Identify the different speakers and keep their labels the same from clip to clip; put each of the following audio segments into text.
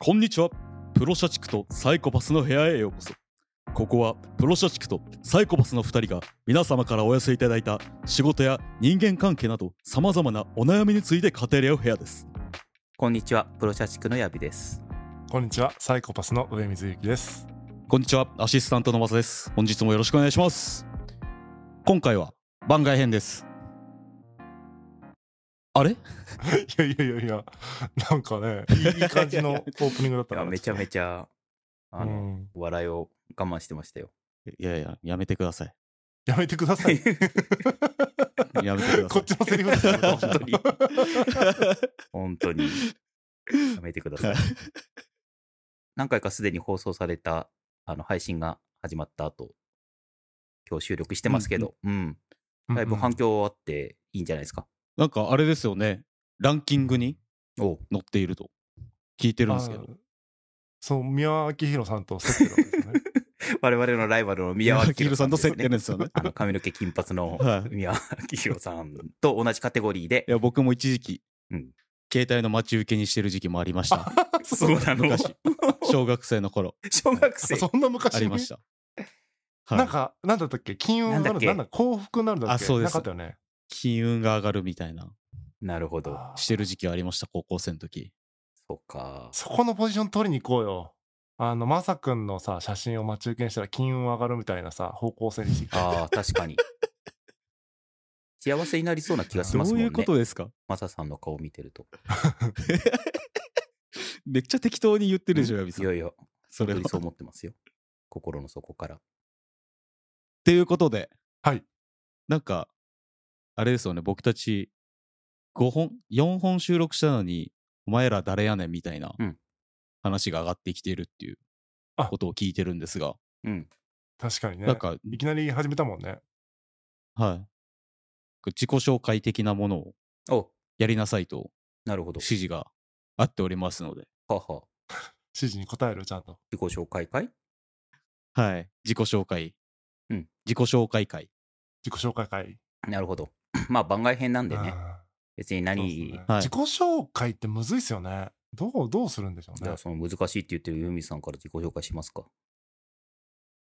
Speaker 1: こんにちは。プロ社畜とサイコパスの部屋へようこそ。ここはプロ社畜とサイコパスの2人が皆様からお寄せいただいた仕事や人間関係などさまざまなお悩みについて語り合う部屋です。
Speaker 2: こんにちは、プロ社畜のヤビです。
Speaker 3: こんにちは、サイコパスの上水ゆきです。
Speaker 1: こんにちは、アシスタントのマサです。本日もよろしくお願いします。今回は番外編です。あれ
Speaker 3: いやいやいやいや、なんかね、いいいい感 じのオープニングだっ
Speaker 2: い
Speaker 3: た
Speaker 2: や
Speaker 3: な。
Speaker 2: めちゃめちゃ、あ
Speaker 3: う
Speaker 2: の、
Speaker 3: ん
Speaker 2: 笑いを我慢してましたよ。
Speaker 1: いやいや、やめてください。
Speaker 3: やめてください。
Speaker 1: やめてくださ
Speaker 3: こ
Speaker 1: い
Speaker 3: っ。ちのセリフですよ。
Speaker 2: 本当に、本当に、やめてください
Speaker 1: はい。
Speaker 2: 何回かすでに放送された、あの、配信が始まった後、今日収録してますけど、うん、だいぶ反響あっていいんじゃないですか。
Speaker 1: なんかあれですよね、ランキングに
Speaker 2: おう
Speaker 1: 載っていると聞いてるんですけ
Speaker 3: あ
Speaker 1: ど。
Speaker 3: ーそう、宮脇宏さんと競ってるわけですよね。
Speaker 2: 我々のライバルの宮脇
Speaker 1: 宏さんと競ってるんですよね。
Speaker 2: あの髪の毛金髪の
Speaker 1: はい
Speaker 2: 宮脇宏さんと同じカテゴリーで
Speaker 1: い、や、僕も一時期、
Speaker 2: うん
Speaker 1: 携帯の待ち受けにしてる時期もありました。
Speaker 2: そうなの
Speaker 1: 昔、小学生の 頃、
Speaker 2: 小学生
Speaker 3: あ そんな昔
Speaker 1: あ
Speaker 3: に
Speaker 1: りました。はい、
Speaker 3: なんか、なんだったっけ金運がな
Speaker 2: なんだ
Speaker 3: る
Speaker 2: っけ
Speaker 3: なんだ幸福になるんだっけ
Speaker 1: あそうです
Speaker 3: なかったよね。
Speaker 1: 金運が上がるみたいな、
Speaker 2: なるほど。
Speaker 3: あー
Speaker 1: してる時期ありました、高校生の時。
Speaker 2: そうか。
Speaker 3: そこのポジション取りに行こうよ。あの、まさくんのさ、写真を待ち受けにしたら金運上がるみたいなさ、方向性にしていこう
Speaker 2: ああ、確かに。幸せになりそうな気がし
Speaker 1: ど
Speaker 2: ますも
Speaker 1: う
Speaker 2: んね。
Speaker 1: いうことですか
Speaker 2: マサさんの顔見てると。
Speaker 1: めっちゃ適当に言ってるでしょ、ヤビさ
Speaker 2: いや
Speaker 1: ん。
Speaker 2: いや、
Speaker 1: それは。
Speaker 2: 本当にそう
Speaker 1: っ
Speaker 2: 思ってますよ。心の底から。
Speaker 1: ていうことで、
Speaker 3: はい。
Speaker 1: なんか、あれですよね、僕たち、5本、4本収録したのに、お前ら誰やねんみたいな
Speaker 2: うん
Speaker 1: 話が上がってきているっていう
Speaker 3: あ
Speaker 1: ことを聞いてるんですが、
Speaker 2: うん。
Speaker 3: 確かにね。
Speaker 1: なんか、
Speaker 3: いきなり始めたもんね。
Speaker 1: はい。自己紹介的なものを
Speaker 2: お
Speaker 1: やりなさいと
Speaker 2: なるほど。
Speaker 1: 指示があっておりますので、
Speaker 2: はは。
Speaker 3: 指示に答える、ちゃんと。
Speaker 2: 自己紹介会
Speaker 1: はい。自己紹介。
Speaker 2: うん
Speaker 1: 自己紹介会。
Speaker 3: 自己紹介会。
Speaker 2: なるほど。 まあ番外編なんでね
Speaker 3: あ。ー
Speaker 2: 別に
Speaker 3: そうっ
Speaker 2: 何、
Speaker 3: すね
Speaker 1: はい
Speaker 3: 自己紹介ってむずいっすよね。どう、どうするんでしょう
Speaker 2: じゃ
Speaker 3: ね
Speaker 2: あ。その難しいって言ってるユーミンさんから自己紹介しますか。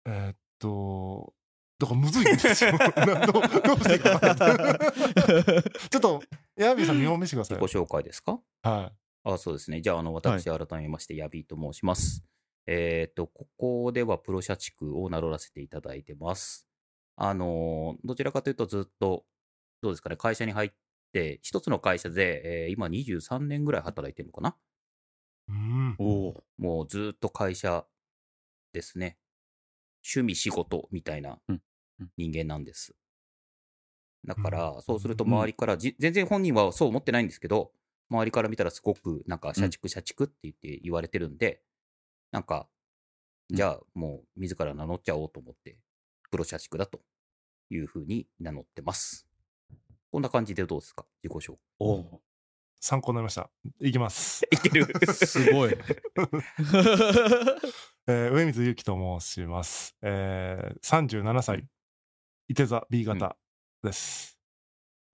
Speaker 3: えーっと、だからむずいんですよ。 などうどうしていいか分かんない ちょっと、ヤービーさん見本見せてくださ
Speaker 2: 自
Speaker 3: い
Speaker 2: 己。紹介ですか
Speaker 3: は。
Speaker 2: あ、そうですね。じゃあ、あの、私、改めまして、ヤビーと申します。えっ、と、ここではプロ社畜を名乗らせていただいてます。あのーどちらかというと、ずっと、どうですかね、会社に入って、一つの会社で、えー今23年ぐらい働いてるのかない
Speaker 3: うん。
Speaker 1: おお。
Speaker 2: もうずっと会社ですね。趣味、仕事みたいな
Speaker 1: うんうん
Speaker 2: 人間なんです。だから、
Speaker 3: うん
Speaker 2: そうすると周りから、じ全然本人はそう思ってないんですけど、周りから見たらすごく、なんか、社畜、社畜って言って言われてるんで、なんか、
Speaker 1: うん
Speaker 2: じゃあもう自ら名乗っちゃおうと思って、プロ社畜だというふうに名乗ってます。こんな感じでどうですか自己紹
Speaker 1: おお。
Speaker 3: 参考になりました。いきます。
Speaker 2: 介。いける
Speaker 1: すごい。
Speaker 3: えー上水ゆきと申します。えー、37歳、いて座 B 型です。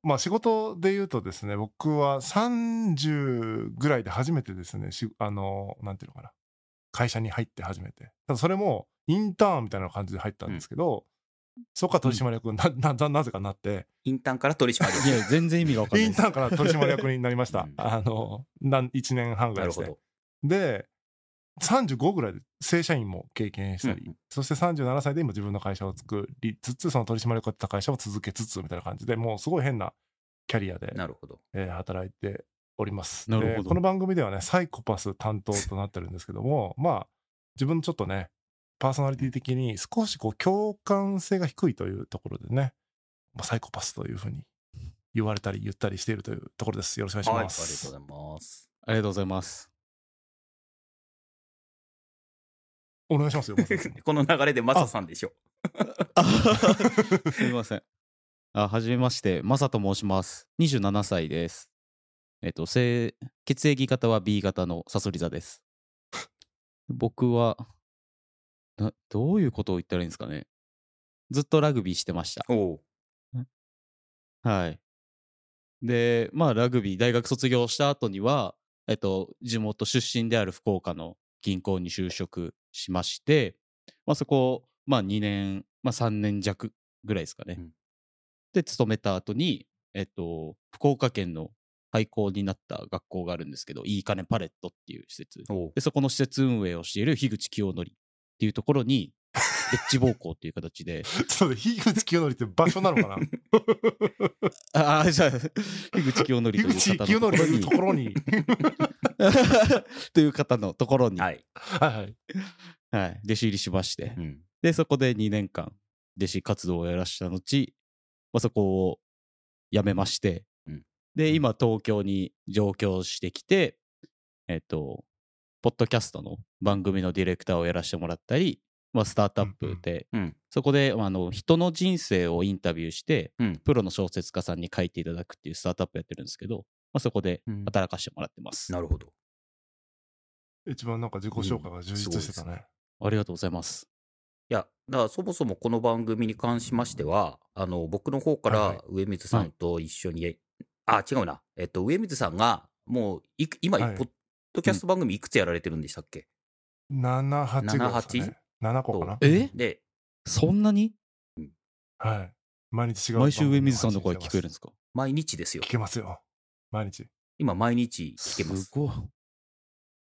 Speaker 3: まあ仕事で言うとですね、僕は30ぐらいで初めてですね、しあの、なんていうのかな、会社に入って初めて。ただそれもインターンみたいな感じで入ったんですけど、そっか取締役にな、 なななぜかなって、
Speaker 2: インターンから 取締 役。
Speaker 1: いや、全然意味がわかんな
Speaker 3: イ
Speaker 1: い
Speaker 3: ン
Speaker 1: です。
Speaker 3: ターンから取締役になりまし
Speaker 2: う
Speaker 3: た
Speaker 2: ん。
Speaker 3: あの、なん1年半ぐ
Speaker 2: な
Speaker 3: らい
Speaker 2: る
Speaker 3: して
Speaker 2: ほ。ど。
Speaker 3: で35ぐらいで正社員も経験したり、
Speaker 2: うんうん
Speaker 3: そして37歳で今自分の会社を作りつつその取締役だった会社を続けつつみたいな感じでもうすごい変なキャリアで、
Speaker 2: なるほど。
Speaker 3: えー働いております
Speaker 1: なるほど
Speaker 3: でこの番組ではねサイコパス担当となってるんですけども まあ自分のちょっとねパーソナリティ的に少しこう共感性が低いというところでね、まあ、サイコパスというふうに言われたり言ったりしているというところですよろしくお願
Speaker 2: はい、ありが
Speaker 3: いしま
Speaker 2: と
Speaker 3: す、
Speaker 2: うございます。
Speaker 1: ありがとうございます。
Speaker 3: お願いしますよ松田さん
Speaker 2: この流れでマサさんでしょ。
Speaker 1: すみません。あはじめまして、マサと申します。27歳です。えっと、性血液型は B 型のサソリ座です。僕はな、どういうことを言ったらいいんですかね。ずっとラグビーしてました。
Speaker 2: おう
Speaker 1: はい。で、まあ、ラグビー、大学卒業した後には、えっと、地元出身である福岡の銀行に就職しまして、まあ、そこ、まあ、2年、まあ、3年弱ぐらいですかね。
Speaker 2: うん
Speaker 1: で、勤めた後に、えっと、福岡県の廃校になった学校があるんですけど、いい金パレットっていう施設。
Speaker 2: おう
Speaker 1: で、そこの施設運営をしている樋口清則っていうところに、エッジ暴行っていう形で、
Speaker 3: ちょっと樋口清則って場所なのかな
Speaker 1: ああ、じゃあ、樋口清則とい
Speaker 3: 樋
Speaker 1: う方
Speaker 3: 口
Speaker 1: の
Speaker 3: 清
Speaker 1: ところ
Speaker 3: 則の
Speaker 1: に
Speaker 3: と、ころに。
Speaker 1: という方のとこ ろに、
Speaker 2: はい。
Speaker 3: はいはい。
Speaker 1: はい弟子入りしまして、
Speaker 2: うん。
Speaker 1: で、そこで2年間、弟子活動をやらした後、まあ、そこを辞めまして、
Speaker 2: うん
Speaker 1: で、今、東京に上京してきて、えっと、ポッドキャストの番組のディレクターをやらせてもらったり、まあ、スタートアップで、
Speaker 2: うん。
Speaker 1: そこであの人の人生をインタビューして、
Speaker 2: うん
Speaker 1: プロの小説家さんに書いていただくっていうスタートアップやってるんですけど、まあ、そこで
Speaker 2: うん
Speaker 1: 働かせてもらってます、
Speaker 2: なるほど。
Speaker 3: 一番なんか自己紹介が充実してたね。
Speaker 1: ありがとうございます。
Speaker 2: いや、だからそもそもこの番組に関しましては、あの、僕の方か
Speaker 3: はい
Speaker 2: ら
Speaker 3: は
Speaker 2: 上水さんと一緒に、あ、違うな。えっと、上水さんが、もういく、今、
Speaker 3: はい
Speaker 2: ポッドキャスト番組いくつやられてるんでしたっけ、
Speaker 3: 7、8ぐらいですかね。7個かな。
Speaker 1: え
Speaker 2: で、
Speaker 1: そんなに
Speaker 3: はい。毎日違う。。
Speaker 1: 毎週上水さんの声聞こえるんですすか
Speaker 2: 毎日ですよ
Speaker 3: 聞。けますよ。毎日。
Speaker 2: 今、毎日聞けます。
Speaker 1: ごい。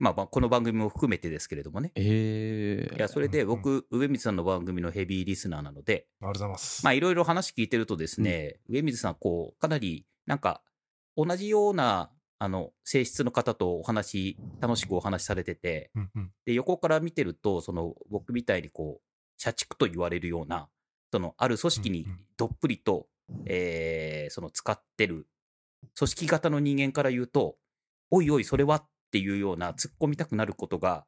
Speaker 2: まあ、まあこの番組も含めてですけれどもね。
Speaker 1: えー、
Speaker 2: いや、それで
Speaker 3: うんうん
Speaker 2: 僕、上水さんの番組のヘビーリスナーなので、
Speaker 3: ありがとうございます。
Speaker 2: まあ、いろいろ話聞いてるとですね、上水さん、こう、かなり、なんか、同じような、あの、性質の方とお話、楽しくお話しされてて、
Speaker 3: うんうん
Speaker 2: で、横から見てると、その、僕みたいに、こう、社畜と言われるような、その、ある組織に
Speaker 3: うんうん
Speaker 2: どっぷりと、えーその、使ってる、組織型の人間から言うと、おいおい、それはっていうような、突っ込みたくなることが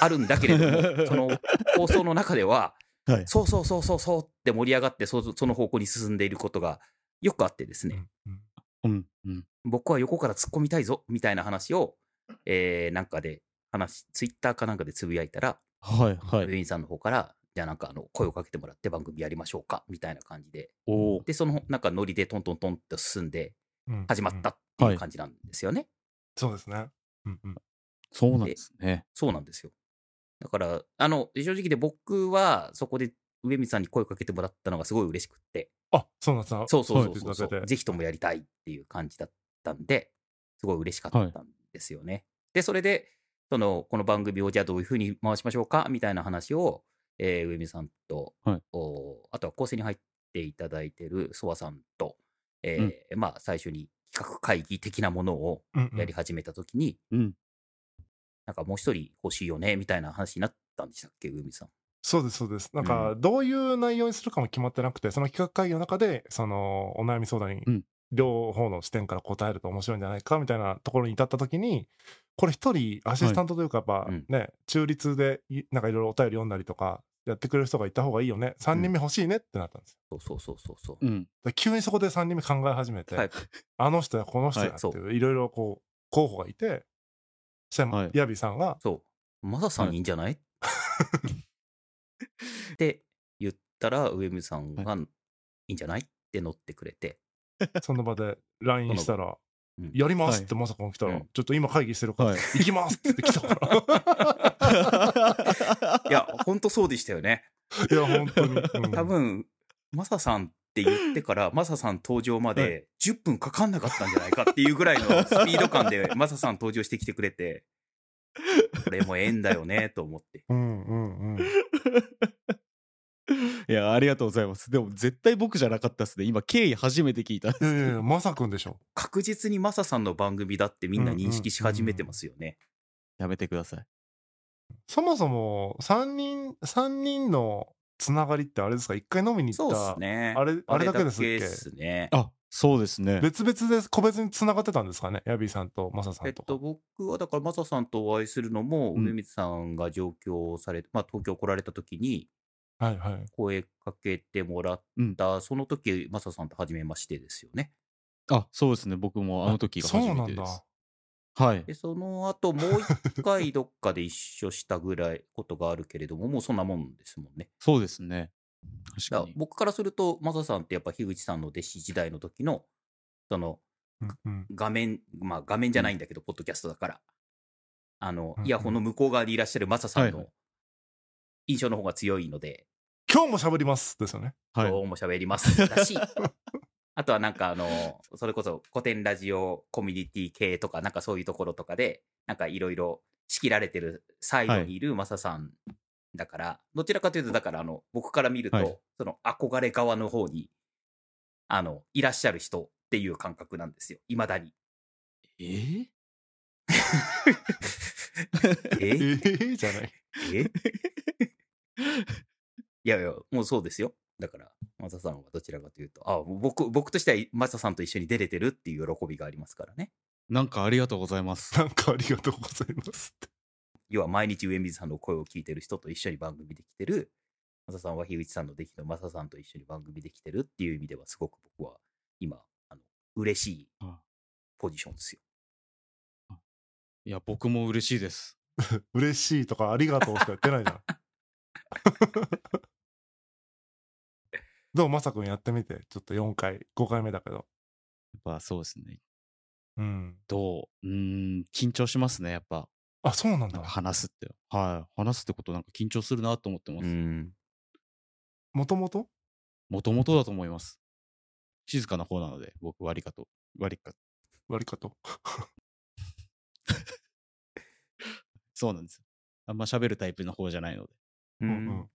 Speaker 2: あるんだけれども、その、放送の中では、
Speaker 1: はい、
Speaker 2: そうそうそうそうそうって盛り上がってそその方向に進んでいることがよくあってです
Speaker 3: う
Speaker 2: ね、
Speaker 3: んうん
Speaker 1: うん、うん。
Speaker 2: 僕は横から突っ込みたいぞみたいな話を、えーなんかで話、ツイッターかなんかでつぶやいたら、
Speaker 1: はい、は
Speaker 2: ウェ
Speaker 1: い。
Speaker 2: インさんの方から、じゃあなんかあの声をかけてもらって番組やりましょうかみたいな感じで、
Speaker 1: おー
Speaker 2: で、そのなんかノリでトントントンと進んで
Speaker 3: うん
Speaker 2: 始まっ
Speaker 3: うん
Speaker 2: たっていう感じなんですよね。
Speaker 3: そうですね。うんうん
Speaker 1: そうなんですね。
Speaker 2: そうなんですよ。だから、あの、正直で僕はそこで上水さんに声をかけてもらったのがすごい嬉しくって、
Speaker 3: あ、そうなんですか。
Speaker 2: そうそうそうそうそう、
Speaker 3: はい
Speaker 2: ぜひともやりたいっていう感じだったんで、すごい嬉しかったんですよね。で、それで、その、この番組をじゃあどういうふうに回しましょうかみたいな話を、えー上見さんと、
Speaker 1: はい
Speaker 2: おあとは構成に入っていただいているソワさんと、えーまあ、最初に企画会議的なものを
Speaker 3: うんうん
Speaker 2: やり始めたときに、
Speaker 1: うん。
Speaker 2: なんかもう一人欲しいよね、みたいな話になったんでしたっけ、上見さん。
Speaker 3: そうです、そうです。なん
Speaker 2: う
Speaker 3: か、どういう内容にするかも決まってなくて、その企画会議の中で、その、お悩み相談
Speaker 1: う
Speaker 3: に
Speaker 1: ん、
Speaker 3: 両方の視点から答えると面白いんじゃないか、みたいなところに至った時に、これ一人、アシスタントというか、やっぱ
Speaker 2: いうん、
Speaker 3: ね、中立でい、なんかいろいろお便り読んだりとか、やってくれる人がいた方がいいよね。3人目欲しいねってなったんですよ。
Speaker 2: そうそうそうそうそう
Speaker 1: う。ん。
Speaker 3: で急にそこで3人目考え始めて、
Speaker 2: はい、
Speaker 3: あの人やこの人や
Speaker 2: はい
Speaker 3: っ
Speaker 2: そ
Speaker 3: て
Speaker 2: う
Speaker 3: いう、いろいろこう、候補がいて、そした
Speaker 1: は
Speaker 3: ら
Speaker 1: い、
Speaker 3: ヤビさんが、
Speaker 2: そう。マサさ
Speaker 1: は
Speaker 2: ん
Speaker 1: い
Speaker 2: いいんじ ゃない、って言ったら、上水さんが、い、いんじゃないって乗ってくれ て。
Speaker 3: その場で LINE したら
Speaker 2: うん、
Speaker 3: やりますってまさか来た
Speaker 2: う
Speaker 3: ら
Speaker 2: ん、
Speaker 3: ちょっと今会議してるか ら、
Speaker 1: はい。
Speaker 3: 行きますって来たから。
Speaker 2: いや、ほんとそうでしたよね。
Speaker 3: いや、本当に。うん
Speaker 2: 多分、マサさんって言ってから、マサさん登場ま
Speaker 1: は
Speaker 2: で10分かかんなかったんじゃないかっていうぐらい のスピード感で、マサさん登場してきてくれて、これも縁だよね、と思って。
Speaker 3: うんうんうん。
Speaker 1: いや、ありがとうございます。でも、絶対僕じゃなかったですね。今、経緯初めて聞いた。
Speaker 3: いやいやいや、まさくんでしょ。
Speaker 2: 確実にマサさんの番組だってみんな認識し始めてますよね。
Speaker 1: やめてください。
Speaker 3: そもそも、三人、三人のつながりってあれですか一回飲みに
Speaker 2: そう
Speaker 3: 行
Speaker 2: っ
Speaker 3: っ。
Speaker 2: たすね。
Speaker 3: あれ、あれだけですっ
Speaker 2: あれだ
Speaker 3: け
Speaker 2: けっすね。
Speaker 1: あ、そうですね。
Speaker 3: 別々で個別につながってたんですかねヤビーさんとマサさ
Speaker 2: えっ
Speaker 3: んとか。
Speaker 2: と、僕はだから、マサさんとお会いするのも、
Speaker 1: うん
Speaker 2: 上水さんが上京されて、まあ、東京来られた時に
Speaker 3: はいはい。
Speaker 2: 声かけてもらった、その時、マサさんと初めましてですよね。
Speaker 1: あ、そうですね。僕もあの時が初めてです。
Speaker 3: そう
Speaker 1: はい
Speaker 2: で、。その後、もう一回どっかで一緒したぐらいことがあるけれども、もうそんなもんですもんね。
Speaker 1: そうですね。確か
Speaker 2: だから
Speaker 1: に。
Speaker 2: 僕からすると、マサさんってやっぱ樋口さんの弟子時代の時の、その、
Speaker 3: うん
Speaker 2: 画面、まあ画面じゃないんだけど、ポッドキャストだから、あの
Speaker 3: う、ん
Speaker 2: イヤホンの向こう側にいらっしゃるマサさん
Speaker 1: はいは
Speaker 2: の印象の方が強いので、
Speaker 3: 今日も喋りますですよね。
Speaker 1: はい。
Speaker 2: どうも喋ります。だし、 あとはなんかあの、それこそ古典ラジオコミュニティ系とか、なんかそういうところとかで、なんかいろいろ仕切られてるサイドにいるマサさんだから、どちらかというと、だからあの、僕から見ると、
Speaker 1: はい
Speaker 2: その憧れ側の方に、あの、いらっしゃる人っていう感覚なんですよ。いまだ に。
Speaker 1: えー
Speaker 3: え
Speaker 2: え
Speaker 3: ー、じゃない。
Speaker 2: え いやいや、もうそうですよ。だから、マサさんはどちらかというと、あ僕、僕としてはマサさんと一緒に出れてるっていう喜びがありますからね。
Speaker 1: なんかありがとうございます。
Speaker 3: なんかありがとうございますって。
Speaker 2: 要は毎日上水さんの声を聞いてる人と一緒に番組できてる、マサさんは樋口さんの出来のマサさんと一緒に番組できてるっていう意味では、すごく僕は今、あの嬉しい
Speaker 1: あ
Speaker 2: ポジションですよ。
Speaker 1: いや、僕も嬉しいです。
Speaker 3: 嬉しいとかありがとうしか言ってないじゃん。 どうまさくんやってみて。ちょっと4回、5回目だけど。
Speaker 1: やっぱそうですね。
Speaker 3: うん。
Speaker 1: どううーん、緊張しますね、やっぱ。
Speaker 3: あ、そうなん
Speaker 1: な
Speaker 3: だ
Speaker 1: んか。話すって。はい。話すってことなんか緊張するなと思ってま
Speaker 2: う
Speaker 1: す。
Speaker 2: ん。
Speaker 3: もともと
Speaker 1: もともとだと思います。静かな方なので、僕、割りかと。割りか。
Speaker 3: 割りかと。
Speaker 1: そうなんですよ。あんま喋るタイプの方じゃないので。
Speaker 2: う
Speaker 3: うんん、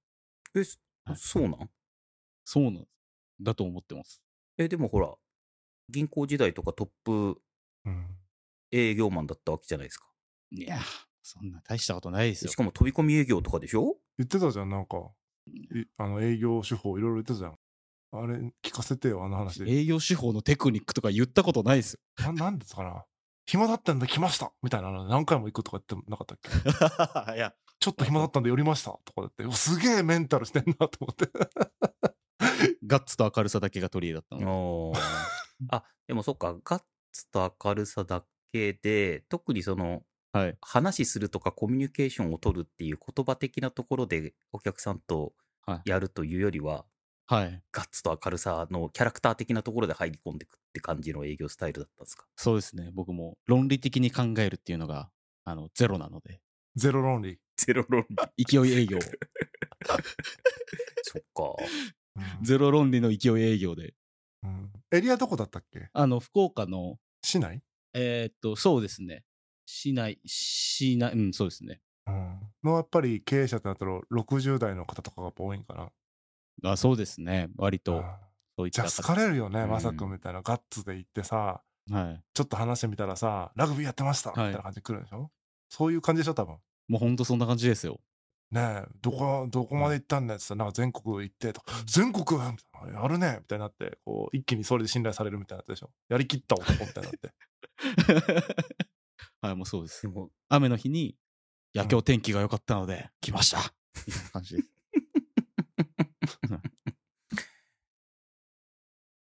Speaker 2: え、そそうなん
Speaker 1: そうなんだと思ってます。
Speaker 2: え、でもほら、銀行時代とかトップ
Speaker 3: うん。うん。
Speaker 2: 営業マンだったわけじゃないですか。
Speaker 1: いやー、そんな大したことないですよ
Speaker 2: し。かも飛び込み営業とかでしょ
Speaker 3: 言ってたじゃん、なんか。いあの、営業手法いろいろ言ってたじゃん。あれ、聞かせてよ、あの話。
Speaker 1: 営業手法のテクニックとか言ったことないですよ。
Speaker 3: ななんですかな暇だったんで来ましたみたいなの何回も行くとか言ってなかった っけ
Speaker 1: いや、
Speaker 3: ちょっと暇だったんで寄りましたとかだってうわすげえメンタルしてんなと思って
Speaker 1: ガッツと明るさだけが取り柄だったので。
Speaker 2: あ あ。あ、でもそっか、ガッツと明るさだけで、特にその、
Speaker 1: はい。
Speaker 2: 話するとかコミュニケーションを取るっていう言葉的なところでお客さんと
Speaker 1: はい
Speaker 2: やるというよりは、
Speaker 1: はい。
Speaker 2: ガッツと明るさのキャラクター的なところで入り込んでくって感じの営業スタイルだったんですか。
Speaker 1: そうですね。僕も論理的に考えるっていうのが、あの、ゼロなので。
Speaker 3: ゼロ論理、
Speaker 2: ゼロ論理。
Speaker 1: 勢い営業。
Speaker 2: そっか。
Speaker 3: うん
Speaker 1: ゼロ論理の勢い営業で。
Speaker 3: うんエリアどこだったっけ
Speaker 1: あの、福岡の、
Speaker 3: 市内、
Speaker 1: えーっと、そうですね。市内、市内、うん、そうですね。
Speaker 3: うん、のやっぱり経営者ってなったら60代の方とかがやっぱ多いんかな
Speaker 1: あそうですね。割と、
Speaker 3: あ
Speaker 1: そういっ
Speaker 3: じゃ
Speaker 1: た
Speaker 3: あ
Speaker 1: 方。
Speaker 3: 疲れるよね、
Speaker 2: うん
Speaker 3: まさくんみたいなガッツで行ってさ
Speaker 1: はい。
Speaker 3: ちょっと話してみたらさラグビーやってましたみ
Speaker 1: はい
Speaker 3: たいな感じで来るでしょ、そういう感じでしょ多分
Speaker 1: もうほんとそんな感じですよ。
Speaker 3: ねえどこどこまで行ったんだよってさなんか全国行ってとか全国みたいなやるねみたいになってこう一気にそれで信頼されるみたいなやつでしょやりきった男みたいになって
Speaker 1: はい、もうそうです
Speaker 2: で。も、
Speaker 1: 雨の日に、いや、今日天気が良かったので、来ました。みたいな感じです。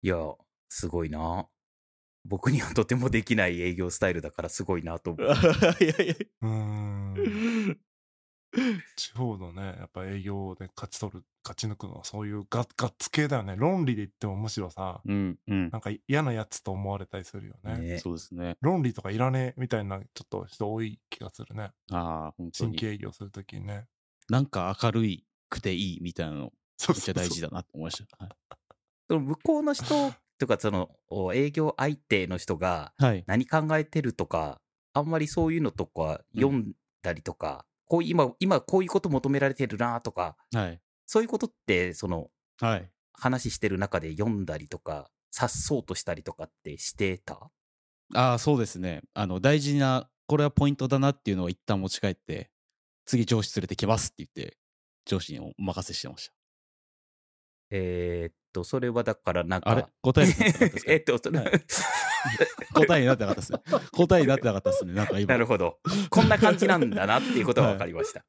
Speaker 2: いや、すごいな。僕にはとてもできない営業スタイルだからすごいなと思う。
Speaker 1: いやいや。
Speaker 3: うーん地方のねやっぱ営業で勝ち取る勝ち抜くのはそういうガッガッツ系だよね論理で言ってもむしろさ
Speaker 1: うん、うん
Speaker 3: な。んか嫌なやつと思われたりするよね
Speaker 2: ね
Speaker 1: そうですね。
Speaker 3: 論理とかいらねえみたいなちょっと人多い気がするね
Speaker 1: ああ、本当
Speaker 3: 新
Speaker 1: に
Speaker 3: 規。営業するときにね
Speaker 1: なんか明るいくていいみたいなの、
Speaker 3: そう
Speaker 1: めっち
Speaker 3: そ
Speaker 1: ゃ
Speaker 3: うそう
Speaker 1: 大事だなと思いました。はい
Speaker 2: その向こうの人とか、そのお営業相手の人が
Speaker 1: はい。
Speaker 2: 何考えてるとか、あんまりそういうのとか
Speaker 1: うん
Speaker 2: 読んだりとか、こういう今、今こういうこと求められてるなとか、
Speaker 1: はい。
Speaker 2: そういうことって、その
Speaker 1: はい。
Speaker 2: 話してる中で読んだりとか、察そうとしたりとかってしてた
Speaker 1: ああ、そうですね。あの、大事な、これはポイントだなっていうのを一旦持ち帰って、次上司連れてきますって言って、上司にお任せしてました。
Speaker 2: えーっと、それはだからなん
Speaker 1: あれ
Speaker 2: か、
Speaker 1: 答えになってなかったですか
Speaker 2: えっと、それ、
Speaker 1: はい答えになってなかったですね。答えになってなかったですね。なんか今。
Speaker 2: なるほど。こんな感じなんだなっていうことは分かりました。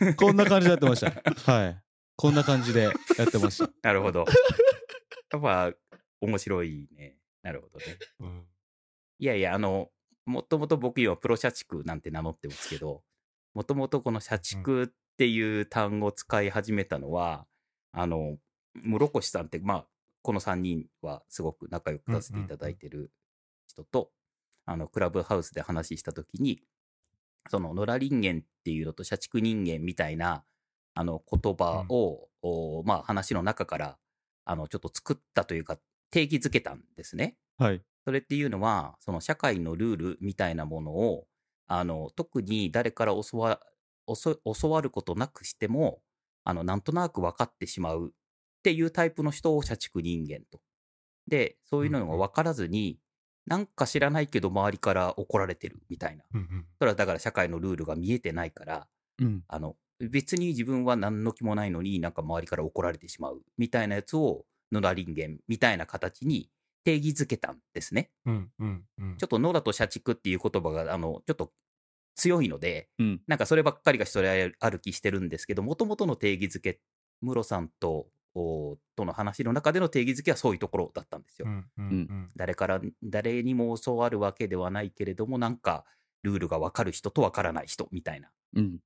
Speaker 1: はい。こんな感じでやってま した。はい。こんな感じでやってました。
Speaker 2: なるほど。やっぱ、面白いね。なるほどね。
Speaker 3: うん
Speaker 2: いやいや、あの、もともと僕今、プロ社畜なんて名乗ってますけど、もともとこの社畜っていう単語を使い始めたのは、あの、室越さんって、まあ、この3人はすごく仲良くさせていただいてる人と、あの、クラブハウスで話したときに、その、野良人間っていうのと社畜人間みたいな、あの、言葉を、おまあ、話の中から、あの、ちょっと作ったというか、定義づけたんですね。
Speaker 1: はい。
Speaker 2: それっていうのは、その社会のルールみたいなものを、あの、特に誰から教わ、教教わることなくしても、あの、なんとなく分かってしまうっていうタイプの人を社畜人間と。で、そういうのが分からずに、なんか知らないけど周りから怒られてるみたいな。
Speaker 3: うんうん
Speaker 2: それはだから社会のルールが見えてないから、
Speaker 1: うん。
Speaker 2: あの、別に自分は何の気もないのになんか周りから怒られてしまうみたいなやつを、野田人間みたいな形に定義づけたんですね。
Speaker 3: うんうんうん
Speaker 2: ちょっと野良と社畜っていう言葉が、あの、ちょっと強いので、
Speaker 1: うん。
Speaker 2: なんかそればっかりが一人歩きしてるんですけど、もともとの定義づけ、ムロさんと、おとの話の中での定義づけはそういうところだったんですよ。
Speaker 3: うんうんうん
Speaker 2: 誰から、誰にも教わるわけではないけれども、なんか、ルールがわかる人とわからない人みたいな。
Speaker 1: うん。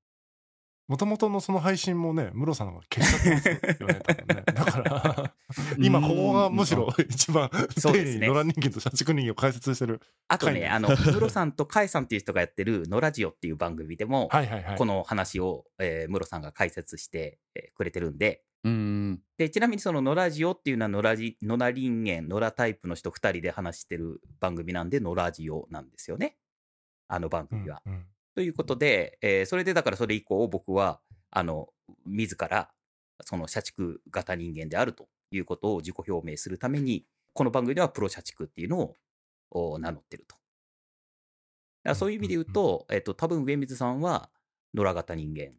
Speaker 3: もともとのその配信もね、ムロさんの方が消しちゃってま すよね、多分ね。だから、今ここがむしろ一番丁
Speaker 2: そうで
Speaker 3: 寧
Speaker 2: す
Speaker 3: に
Speaker 2: ね
Speaker 3: 野良人間と社畜人間を解説してる。
Speaker 2: あと
Speaker 3: はい
Speaker 2: ね、あ の、ムロさんとカイさんっていう人がやってる、野ラジオっていう番組でも、
Speaker 3: はいはいはい。
Speaker 2: この話を、えームロさんが解説して、えーくれてるんで、
Speaker 1: うん。うん。
Speaker 2: で、ちなみにその野ラジオっていうのは野ラジ、野良人間、野良タイプの人2人で話してる番組なんで、野ラジオなんですよね。あの番組は。
Speaker 3: うんうん
Speaker 2: ということで、えーそれでだからそれ以降僕は、あの、自ら、その社畜型人間であるということを自己表明するために、この番組ではプロ社畜っていうのをお名乗ってると。だからそういう意味で言うと、えっと、多分上水さんは野良型人間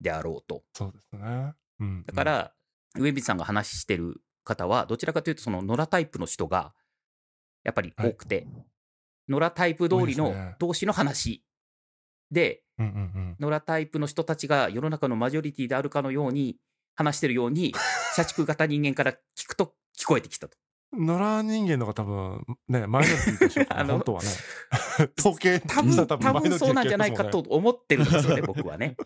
Speaker 2: であろうと。
Speaker 3: そうですね。うん
Speaker 2: だか、ら、上水さんが話してる方は、どちらかというと、その野良タイプの人が、やっぱり多くて、野良タイプ通り
Speaker 3: 多い
Speaker 2: の
Speaker 3: ですね
Speaker 2: 同士の話で、
Speaker 3: うんうんうん
Speaker 2: 野良タイプの人たちが世の中のマジョリティであるかのように、話してるように、社畜型人間から聞くと聞こえてきたと。
Speaker 3: うん。野良人間の方が多分、ね、マイノリティでしょう から、
Speaker 2: あの
Speaker 3: 本当はね。統計
Speaker 2: 多
Speaker 3: した
Speaker 2: 分、
Speaker 3: ら
Speaker 2: 多
Speaker 3: マイノリティ
Speaker 2: 分そうなんじゃないかと思ってるんですよね、僕はね。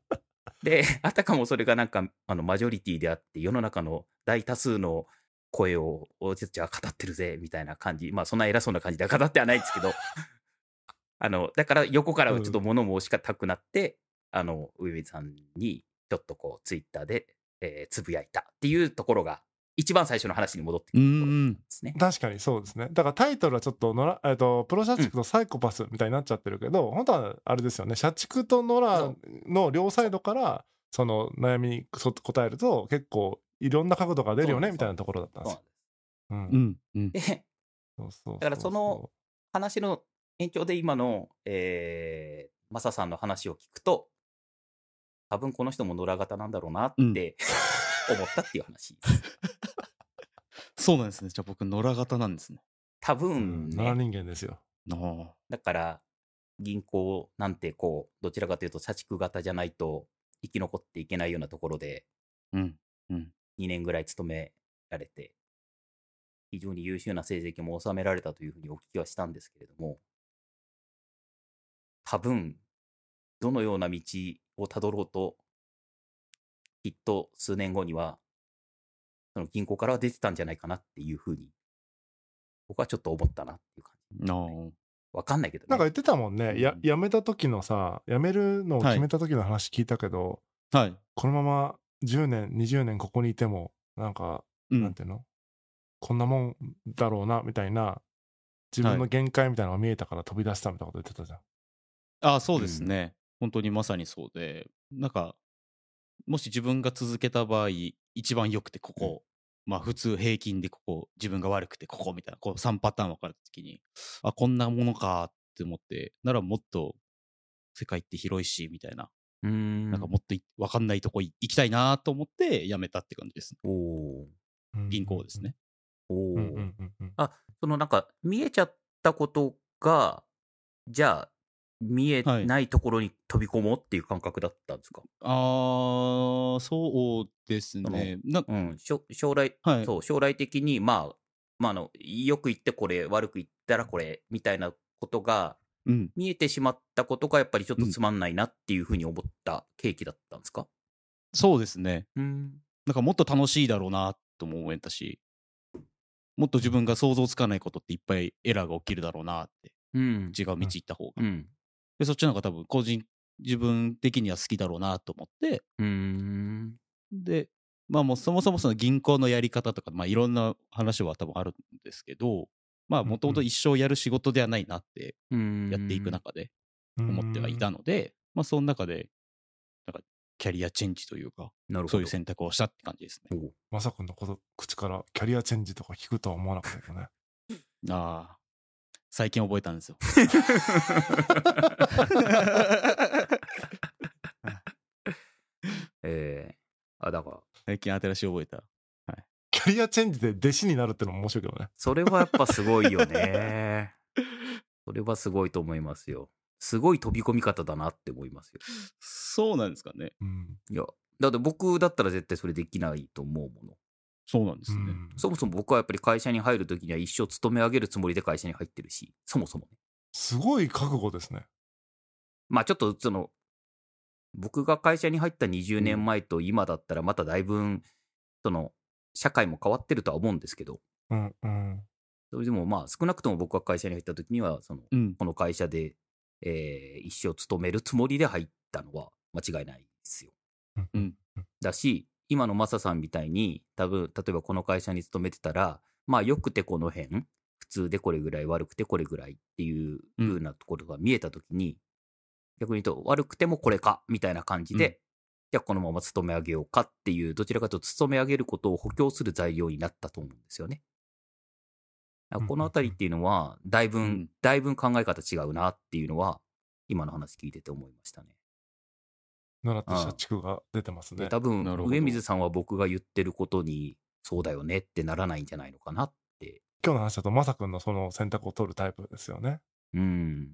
Speaker 2: で、あたかもそれがなんか、あの、マジョリティであって、世の中の大多数の声を、おじゃあ語ってるぜ、みたいな感じ。まあ、そんな偉そうな感じでは語ってはないんですけど、 あの、だから横からはちょっと物申し方くなって、あの、上水さんに、ちょっとこう、ツイッターで、えーつぶやいたっていうところが、一番最初の話に戻ってく
Speaker 1: う
Speaker 2: るところなんで
Speaker 1: ん。
Speaker 2: すね。
Speaker 3: 確かにそうですね。だからタイトルはちょっと野良、えっと、プロ社畜とサイコパスみたいになっちゃってるけど、本当はあれですよね、社畜と野良の両サイドから、その悩みにそ答えると、結構いろんな角度が出るよね
Speaker 2: そう
Speaker 3: みたいなところだったんです
Speaker 2: そう
Speaker 3: よ。うん
Speaker 1: う。ん。うん。
Speaker 2: なんです。で、
Speaker 3: そうそうう
Speaker 2: だからその、話の延長で今の、えー、マサさんの話を聞くと、多分この人も野良型なんだろうなって、
Speaker 1: うん
Speaker 2: 思ったっていう話。
Speaker 1: そうなんですね。じゃあ僕、野良型なんですね。
Speaker 2: 多
Speaker 3: う
Speaker 2: 分
Speaker 3: ん野良
Speaker 2: ね、
Speaker 3: 人間ですよ。
Speaker 1: ああ。
Speaker 2: だから銀行なんてこう、どちらかというと社畜型じゃないと生き残っていけないようなところで、
Speaker 1: うん。うん。
Speaker 2: 2年ぐらい勤められて、非常に優秀な成績も収められたというふうにお聞きはしたんですけれども、多分、どのような道をたどろうと、きっと数年後には、その銀行からは出てたんじゃないかなっていうふうに、僕はちょっと思ったなっていう感じ。
Speaker 1: ああ。
Speaker 2: わかんないけどね。
Speaker 3: なんか言ってたもんね、や
Speaker 1: うん
Speaker 3: 辞めた時のさ、辞めるのを決めた時の話聞いたけど、
Speaker 1: はい。
Speaker 3: このまま10年、20年ここにいても、なんか、
Speaker 1: う
Speaker 3: なん
Speaker 1: ん。
Speaker 3: ていうのこんなもんだろうな、みたいな、自分の限界みたいなのが見えたから飛び出したみたいなこと言ってたじゃん。
Speaker 1: ああ、そうですね。本当にまさにそうで、なんか、もし自分が続けた場合、一番良くてここ、まあ普通平均でここ、自分が悪くてここみたいな、こう3パターン分かれた時に、あ、こんなものかって思って、ならもっと世界って広いし、みたいな、
Speaker 2: うーん。
Speaker 1: なんかもっとい分かんないとこい行きたいなと思って辞めたって感じですね。
Speaker 2: おー
Speaker 1: 銀行ですね。
Speaker 2: おー
Speaker 3: うんうんうんうん。
Speaker 2: あ、そのなんか、見えちゃったことが、じゃあ、見え
Speaker 1: はい
Speaker 2: ないところに飛び込もうっていう感覚だったんですか、
Speaker 1: ああ、そうです
Speaker 2: その
Speaker 1: ね。な
Speaker 2: うん、しょ将来、
Speaker 1: はい。
Speaker 2: そう、将来的に、まあ、まあ、あの、よく言ってこれ、悪く言ったらこれ、みたいなことが、
Speaker 1: うん。
Speaker 2: 見えてしまったことが、やっぱりちょっとつまんないなっていうふうに思った契機だったんですか
Speaker 1: そうですね。
Speaker 2: うん。
Speaker 1: なんかもっと楽しいだろうなとも思えたし、もっと自分が想像つかないことっていっぱいエラーが起きるだろうなって、
Speaker 2: うん。
Speaker 1: 違う道行った方が。
Speaker 2: うん。
Speaker 1: で、そっちの方が多分、個人、自分的には好きだろうなと思って、
Speaker 2: うーん。
Speaker 1: で、まあもうそもそもその銀行のやり方とか、まあいろんな話は多分あるんですけど、まあもともと一生やる仕事ではないなって
Speaker 2: うーん
Speaker 1: やっていく中で
Speaker 3: うん
Speaker 1: 思ってはいたので、まあその中で、なんかキャリアチェンジというか、
Speaker 2: なるほど。
Speaker 1: そういう選択をしたって感じですね。
Speaker 2: お
Speaker 3: まさくんのこと口からキャリアチェンジとか聞くとは思わなかったけどね。
Speaker 1: ああ、最近覚えたんですよ。
Speaker 2: えー、あ、だから、
Speaker 1: 最近新しい覚えた。
Speaker 3: キャリアチェンジで弟子になるってのも面白いけどね。
Speaker 2: それはやっぱすごいよね。それはすごいと思いますよ。すごい飛び込み方だなって思いますよ。
Speaker 1: そうなんですかね。
Speaker 3: うん。
Speaker 2: いや、だって僕だったら絶対それできないと思うもの。
Speaker 1: そうなんですね。
Speaker 3: うん
Speaker 2: そもそも僕はやっぱり会社に入るときには一生勤め上げるつもりで会社に入ってるし、そもそもね。
Speaker 3: すごい覚悟ですね。
Speaker 2: まあちょっとその、僕が会社に入った20年前と今だったらまただいぶん、その、社会も変わってるとは思うんですけど、
Speaker 3: うんうん。
Speaker 2: それでもまあ少なくとも僕が会社に入った時には、その、
Speaker 1: うん。
Speaker 2: この会社で、えー一生勤めるつもりで入ったのは間違いないですよ。
Speaker 1: うん
Speaker 2: だし、今のマサさんみたいに、多分、例えばこの会社に勤めてたら、まあ、良くてこの辺、普通でこれぐらい、悪くてこれぐらいっていう
Speaker 1: うん
Speaker 2: 風なところが見えたときに、逆に言うと、悪くてもこれか、みたいな感じで、
Speaker 1: うん
Speaker 2: じゃあこのまま勤め上げようかっていう、どちらかというと勤め上げることを補強する材料になったと思うんですよね。だからこのあたりっていうのは、だいぶん、
Speaker 1: うん
Speaker 2: だいぶん考え方違うなっていうのは、今の話聞いてて思いましたね。
Speaker 3: 習って社畜が出てます
Speaker 2: で
Speaker 3: ね。
Speaker 2: 多分
Speaker 1: なるほど
Speaker 2: 上水さんは僕が言ってることにそうだよねってならないんじゃないのかな
Speaker 3: 今日の話だとまさくんのその選択を取るタイプですよね。
Speaker 2: うん、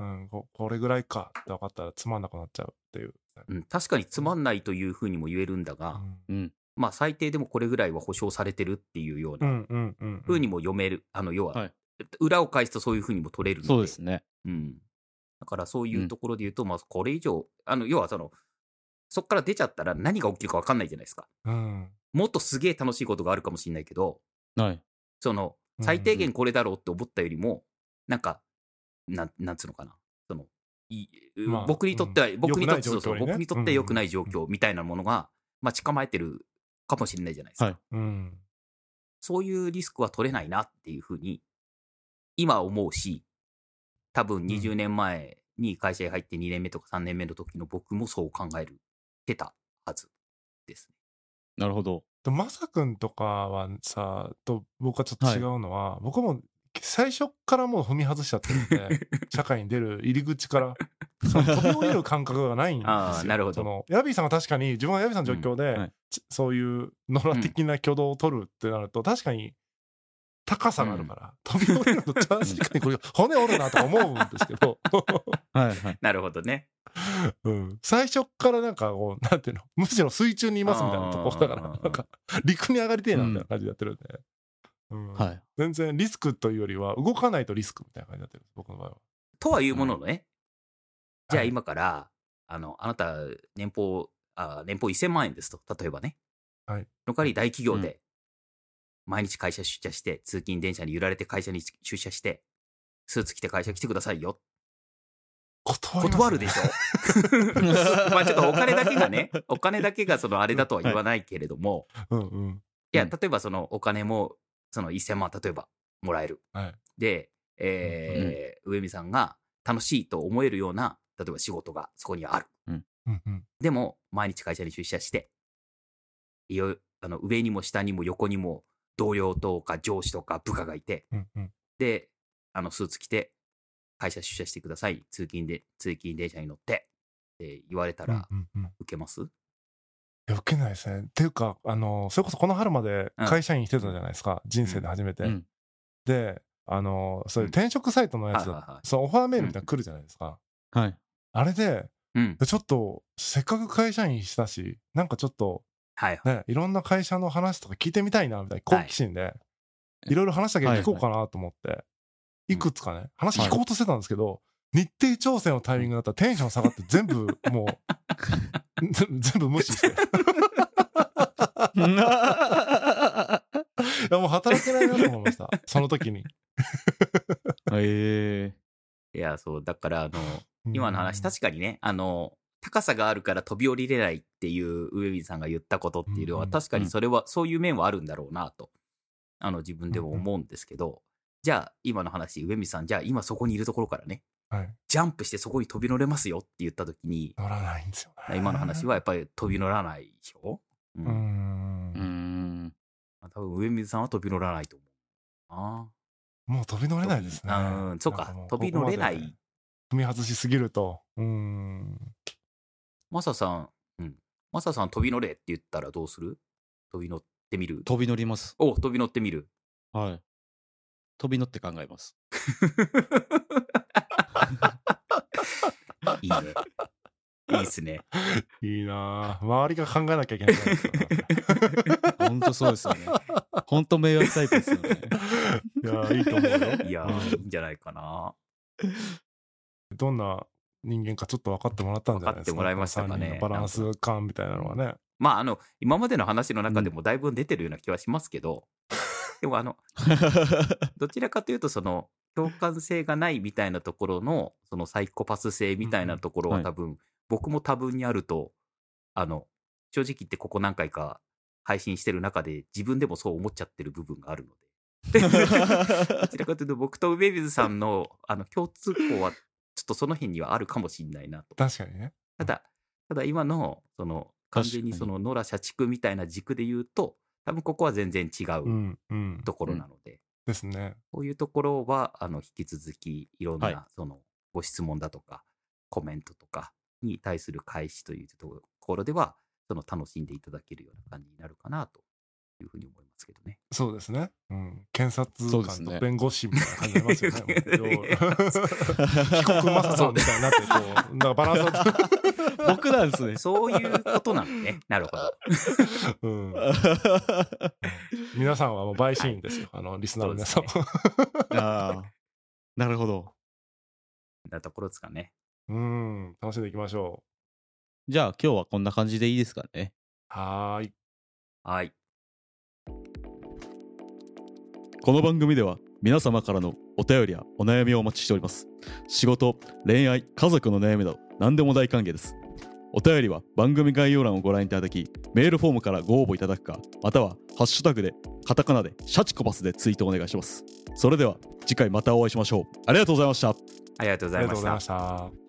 Speaker 3: うん。ここれぐらいかって分かったらつまんなくなっちゃうっていう。
Speaker 2: うん、確かにつまんないというふうにも言えるんだが、
Speaker 3: うん
Speaker 1: うん。
Speaker 2: まあ最低でもこれぐらいは保証されてるっていうよう
Speaker 3: う
Speaker 2: なん
Speaker 3: うんうん。
Speaker 2: ふうにも読める、あの要は、
Speaker 1: はい
Speaker 2: 裏を返すとそういうふうにも取れるので
Speaker 1: そうですね。
Speaker 2: うん、だからそういうところで言うと、まあこれ以上あの要はそのそこから出ちゃったら何が起きるか分かんないじゃないですか
Speaker 3: うん。
Speaker 2: もっとすげえ楽しいことがあるかもしれないけど
Speaker 1: はい。
Speaker 2: その
Speaker 3: うん
Speaker 2: 最低限これだろうって思ったよりも、なんかなんなんつうのかなそのい
Speaker 3: まあ
Speaker 2: 僕にとっては、
Speaker 3: うん
Speaker 2: 僕にとって
Speaker 3: 良くない状況にね
Speaker 2: そうそう僕にとって良くない状況みたいなものが待ち構えてるかもしれないじゃないですか、
Speaker 1: はい
Speaker 3: うん。
Speaker 2: そういうリスクは取れないなっていうふうに今思うし多分20年前に会社に入って2年目とか3年目の時の僕もそう考えるてたはずですね。
Speaker 1: なるほど。
Speaker 3: でもまさくんとかはさ、と僕はちょっと違うのは、僕も最初からもう踏み外しちゃってるんで、社会に出る入り口から、その飛び降りる感覚がないんですよ。
Speaker 2: あーなるほど
Speaker 3: そのヤビーさんは確かに、自分はヤビーさんの状況で、
Speaker 1: うんはい
Speaker 3: ちそういう野良的な挙動を取るってなると、確かに高さがあるから、飛び降りると確かにこれ骨折るなとか思うんですけど、
Speaker 1: はいはい。
Speaker 2: なるほどね。
Speaker 3: うん、最初からなんかこう、なんていうの、 むしろ水中にいますみたいなとこだから、
Speaker 2: あー
Speaker 3: なんか陸に上がりてえなみたいな感じでやってるんで、うん
Speaker 1: はい。
Speaker 3: 全然リスクというよりは、動かないとリスクみたいな感じになってる、僕の場合は。
Speaker 2: とはいうもののね、
Speaker 3: うん
Speaker 2: じゃあ
Speaker 3: はい
Speaker 2: 今から、あの、あなた、年俸、あ年俸1000万円ですと、例えばね。
Speaker 3: はい
Speaker 2: の代わり大企業で、毎日会社出社して、通勤電車に揺られて会社に出社して、スーツ着て会社来てくださいよ。
Speaker 3: 断りますね
Speaker 2: 断るでしょ。 まあちょっとお金だけがね、お金だけがそのあれだとは言わないけれども、
Speaker 3: うんうん。
Speaker 2: いや、
Speaker 1: うん
Speaker 2: 例えばそのお金も、その1000万、例えば、もらえる。
Speaker 3: はい
Speaker 2: で、えー上見さんが楽しいと思えるような、例えば仕事がそこにはある。
Speaker 3: うんうん。
Speaker 2: でも、毎日会社に出社して、いよあの上にも下にも横にも同僚とか上司とか部下がいて、
Speaker 3: うんうん。
Speaker 2: で、あのスーツ着て、会社出社してください。通勤で、通勤電車に乗って、って言われた
Speaker 3: うん
Speaker 2: ら、
Speaker 3: うんうん。い
Speaker 2: 受けます、
Speaker 3: や受けないですね。っていうか、あの、それこそこの春まで会社員してたじゃないですか、人生で初めて。
Speaker 1: うん。
Speaker 3: で、あの、そういう転職サイトのやつだ、
Speaker 2: はいはいはい
Speaker 3: そのオファーメールみたいなの来るじゃないですか。
Speaker 1: はい。
Speaker 3: あれで、
Speaker 2: うん。
Speaker 3: でちょっと、せっかく会社員したし、なんかちょっと、
Speaker 2: はいはい。
Speaker 3: ね、いろんな会社の話とか聞いてみたいな、みたいな好奇心で、い、ろいろ話だけ聞こうかなと思って、いくつかね、話聞こうとしてたんですけど、日程調整のタイミングだったらテンション下がって全部も う、全部無視して、やもう働けないなと思いました。そ の時に。
Speaker 1: え
Speaker 2: いや、そう、だから、あの、
Speaker 3: うん
Speaker 2: 今の話、確かにね、あの、高さがあるから飛び降りれないっていう上水さんが言ったことっていうの
Speaker 3: うんう
Speaker 2: は、
Speaker 3: ん
Speaker 2: 確かにそれは、そういう面はあるんだろうなと、あの、自分でも思うんですけど、じゃあ、今の話、上水さん、じゃあ今そこにいるところからね、
Speaker 3: はい。
Speaker 2: ジャンプしてそこに飛び乗れますよって言ったときに、
Speaker 3: 乗らないんですよね。
Speaker 2: 今の話はやっぱり飛び乗らないでしょう
Speaker 3: うー
Speaker 2: ん。
Speaker 3: ん。
Speaker 1: ー、うーん。
Speaker 2: 多分上水さんは飛び乗らないと思うな。
Speaker 3: もう飛び乗れないですね。
Speaker 2: うん、そう
Speaker 3: なん
Speaker 2: か
Speaker 3: も、
Speaker 2: 飛び乗れな
Speaker 3: ここまで
Speaker 2: い。
Speaker 3: 踏み外しすぎると。うーん。
Speaker 2: マサさん、うん。マサさん飛び乗れって言ったらどうする飛び乗ってみる
Speaker 1: 飛び乗ります。
Speaker 2: お飛び乗ってみる。
Speaker 1: はい。飛び乗って考えます。
Speaker 2: いいね。いいっすね。
Speaker 3: いいなぁ。周りが考えなきゃいけないじゃないですか。
Speaker 1: 本当そうですよね。本当迷惑タイプですよね。
Speaker 3: いやーいいと思うよ。
Speaker 2: いやー、いいんじゃないかな。
Speaker 3: どんな人間かちょっと分かってもらったんじゃないです
Speaker 2: 分かって
Speaker 3: か。
Speaker 2: もらいましたかね
Speaker 3: 三人のバランス感みたいなのはね。
Speaker 2: まあ、あの、今までの話の中でもだいぶ出てるような気はします けど、でも、あの、どちらかというと、その、共感性がないみたいなところの、そのサイコパス性みたいなところ
Speaker 1: う
Speaker 2: は
Speaker 1: んうん
Speaker 2: 多分、僕も多分にあると、あの、正直言ってここ何回か配信してる中で、自分でもそう思っちゃってる部分があるの で。どちらかというと、僕と梅水さんの、あの、共通項は、ちょっとその辺にはあるかもしれないなと。
Speaker 3: 確かにね。
Speaker 2: ただ、ただ今の、その、完全にその、野良社畜みたいな軸で言うと、多分ここは全然違
Speaker 3: う、
Speaker 2: うん
Speaker 3: うん。
Speaker 2: ところなので、
Speaker 3: ですね。
Speaker 2: こういうところは、あの、引き続き、いろん
Speaker 1: はい
Speaker 2: な、その、ご質問だとか、コメントとかに対する返しというところでは、その、楽しんでいただけるような感じになるかな、というふうに思いますけどね。
Speaker 3: そうですね。うん。検
Speaker 1: そ
Speaker 3: 察
Speaker 1: うです
Speaker 3: 官
Speaker 1: ね
Speaker 3: と弁護士みたいな感じになりますよね。もう
Speaker 2: いや
Speaker 3: 被告マサさんみたいになって、こう、なんかバランスが、
Speaker 1: 僕なん ですね。
Speaker 2: そういうことなのね。なるほど。
Speaker 3: うん。皆さんはもう陪審員ですよ。あの、リスナーの皆さん
Speaker 2: そ
Speaker 3: も。
Speaker 1: ああなるほど。
Speaker 2: なところですかね。
Speaker 3: うん。楽しんでいきましょ
Speaker 1: じゃあ今日はこんな感じでいいですかね。
Speaker 3: う。はーい。
Speaker 2: はい。
Speaker 1: この番組では皆様からのお便りやお悩みをお待ちしております。仕事、恋愛、家族の悩みなど何でも大歓迎です。お便りは番組概要欄をご覧いただき、メールフォームからご応募いただくか、またはハッシュタグでカタカナでシャチコパスでツイートお願いします。それでは次回またお会いしましょう。ありがとうございました。
Speaker 2: ありがとうござ
Speaker 3: あり
Speaker 2: い
Speaker 3: が
Speaker 2: ま
Speaker 3: とうご
Speaker 2: し
Speaker 3: ざい
Speaker 2: た
Speaker 3: まし。た。